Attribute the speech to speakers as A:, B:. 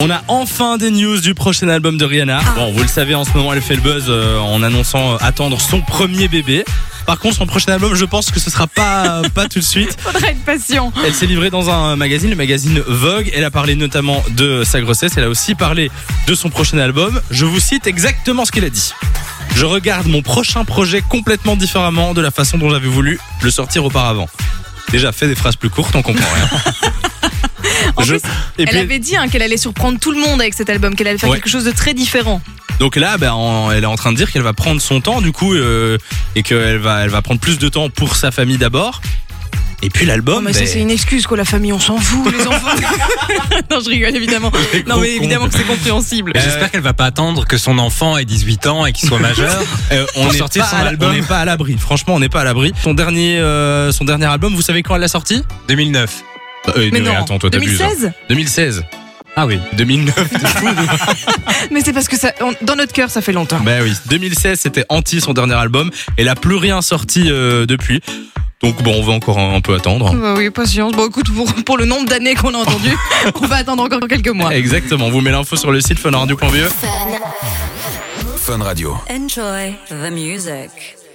A: On a enfin des news du prochain album de Rihanna.
B: Ah.
A: Bon, vous le savez, en ce moment, elle fait le buzz euh, en annonçant euh, attendre son premier bébé. Par contre, son prochain album, je pense que ce sera pas pas tout de suite.
B: Faudrait être patient.
A: Elle s'est livrée dans un magazine, le magazine Vogue. Elle a parlé notamment de sa grossesse. Elle a aussi parlé de son prochain album. Je vous cite exactement ce qu'elle a dit. Je regarde mon prochain projet complètement différemment de la façon dont j'avais voulu le sortir auparavant. Déjà, fais des phrases plus courtes, on comprend rien.
B: En
A: Je-
B: plus,
A: Et
B: elle
A: puis-
B: avait dit hein, qu'elle allait surprendre tout le monde avec cet album, qu'elle allait faire
A: Ouais.
B: quelque chose de très différent.
A: Donc là, ben, en- elle est en train de dire qu'elle va prendre son temps du coup euh, et qu'elle va, elle va prendre plus de temps pour sa famille d'abord. Et puis l'album,
B: Oh, mais
A: ben,
B: ça, c'est une excuse, quoi. La famille, on s'en fout, les enfants. non, je rigole, évidemment.
A: les gros
B: Non, mais
A: cons. Eh,
B: évidemment que c'est compréhensible.
C: Mais J'espère qu'elle va pas attendre que son enfant ait 18 ans et qu'il soit majeur.
A: Euh, on
C: pour
A: n'est
C: sortir
A: pas,
C: son
A: à la-
C: album.
A: on n'est pas à l'abri. Franchement, on n'est pas à l'abri. Son dernier, euh, son dernier album, vous savez quand elle l'a sorti
C: 2009.
A: Euh,
B: Mais non,
A: attends, toi t'abuses.
B: 2016
A: 2016.
C: Ah oui.
A: 2009.
B: Mais c'est parce que ça, on- dans notre cœur, ça fait longtemps.
A: ben oui. 2016, c'était Anti, son dernier album. Elle a plus rien sorti euh, depuis. Donc bon, on va encore un, un peu attendre.
B: Bah oui, patience. Bon, écoute, pour, pour le nombre d'années qu'on a entendu, on va attendre encore quelques mois.
A: Exactement. On vous met l'info sur le E. site funradio.be.
C: Fun Radio.
D: Enjoy the music.